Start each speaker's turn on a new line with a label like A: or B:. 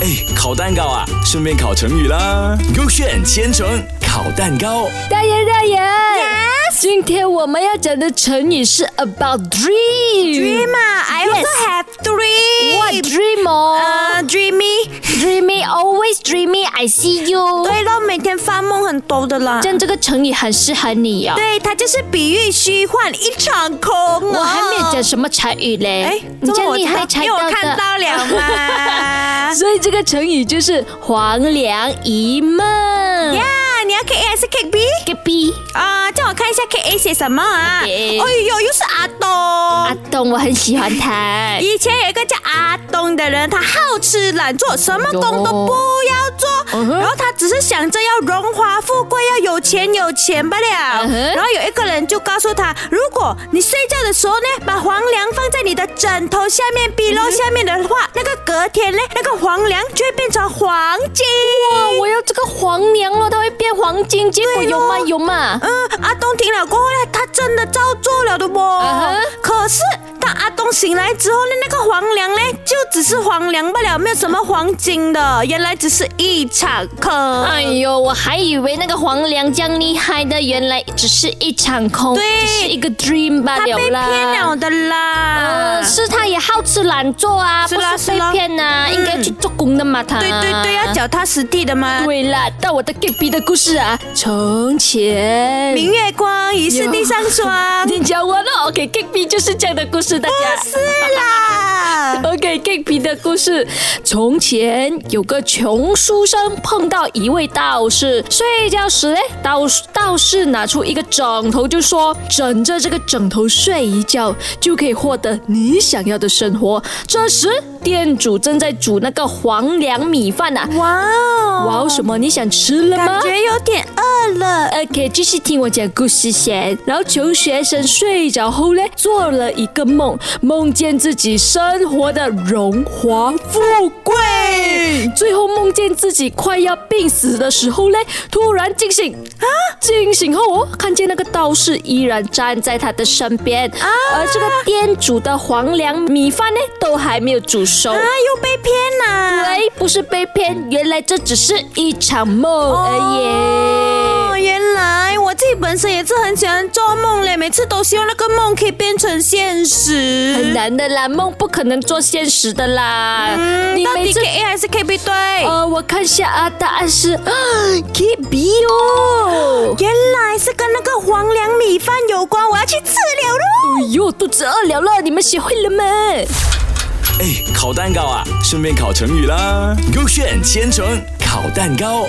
A: 哎，烤蛋糕啊，顺便烤成语啦。勾选千层烤蛋糕，
B: 大爷大爷今天我们要讲的成语是 about dream。
C: Dream 啊，I also
B: Yes.
C: have
B: What
C: dream。
B: dream 哦、
C: 呃，dreamy。
B: dreamy always dreamy I see you。
C: 对咯，每天发梦很多的啦。
B: 这样这个成语很适合你哦。
C: 对，它就是比喻虚幻一场空、啊
B: 我还没有讲。什么成语嘞，
C: 哎，
B: 你
C: 这
B: 这样
C: 么我
B: 厉
C: 知道
B: 害猜
C: 因为我看
B: 的。
C: 到了
B: 。
C: 嘛
B: 所以这个成语就是黄粱一梦。
C: 呀，你要 K A 还是 K B？
B: 隔壁
C: 啊，叫我看一下 K A 写什么啊？哎
B: Okay
C: 呦，又是阿
B: 阿
C: 东。
B: 东，我很喜欢他。
C: 以前有一个叫阿东的人，他好吃懒做，什么工都不要
B: 嗯
C: 做，
B: 哼
C: 然后他只是想着要荣华富贵，要有钱有钱罢了
B: 嗯。哼
C: 然后有一个人就告诉他，如果你睡觉的时候呢，把黄粱放在你的枕头下面、壁
B: 嗯
C: 楼
B: 哼
C: 下面的话，那个隔天呢，那个黄粱就会变成黄金。
B: 哇，哦我要这个黄粱了，它会变黄金，结果
C: 对
B: 有
C: 咯
B: 吗有吗？
C: 嗯，阿东听了过后呢，他真的照做了的不。
B: 啊哈
C: 可是当阿东醒来之后呢，那个黄粱呢，就只是黄粱罢了，没有什么黄金的，原来只是一场空。
B: 哎呦，我还以为那个黄粱这样厉害的，原来只是一场空，
C: 对
B: 只是一个 dream 罢
C: 他
B: 了
C: 被
B: 啦。
C: 骗了的啦。
B: 呃，是他也好吃懒做啊，
C: 是
B: 不
C: 啦
B: 是被
C: 是啦
B: 骗呐、应该去做工的嘛他。
C: 对对对，要脚踏实地的嘛。
B: 对啦，到我的 g i 的故事啊，从前
C: 明月光，疑是地上霜。
B: 你教我了，OK g i 就是这样的故事，大家。
C: 哦是啦。
B: OK，g i 的故事。从前有个穷书生碰到一位道士，睡觉时呢，道道士拿出一个枕头，就说：“枕着这个枕头睡一觉，就可以获得你想要的生活。”这时，店主正在煮那个黄粱米饭呢、啊。
C: 哇哦。
B: 哇哦，什么？你想吃了吗
C: 感？觉有点饿了。
B: OK，继续听我讲故事先。然后穷学生睡着后呢，做了一个梦，梦见自己生活的荣华富贵。最后梦见自己快要病死的时候呢，突然惊醒啊！惊醒后哦，看见那个道士依然站在他的身边啊，而这个店主的黄粱米饭呢，都还没有煮熟。
C: 啊，又被骗啦。
B: 哎，不是被骗，原来这只是一场梦哎而已。
C: 哦，原来我自己本身也是很喜欢做梦嘞，每次都希望那个梦可以变成现
B: 很
C: 实。
B: 难的啦，梦不可能做现实的啦。
C: 嗯
B: 你
C: 到
B: 每
C: 底
B: 次
C: K A 还是 K B 对？
B: 呃，我看一下啊，答案是 K B 哦。
C: 原来是跟那个黄粱米饭有关，我要去吃了喽。
B: 哎呦，肚子饿了了，你们学会了没？
A: 哎，烤蛋糕啊，顺便烤成语啦。勾选千层烤蛋糕。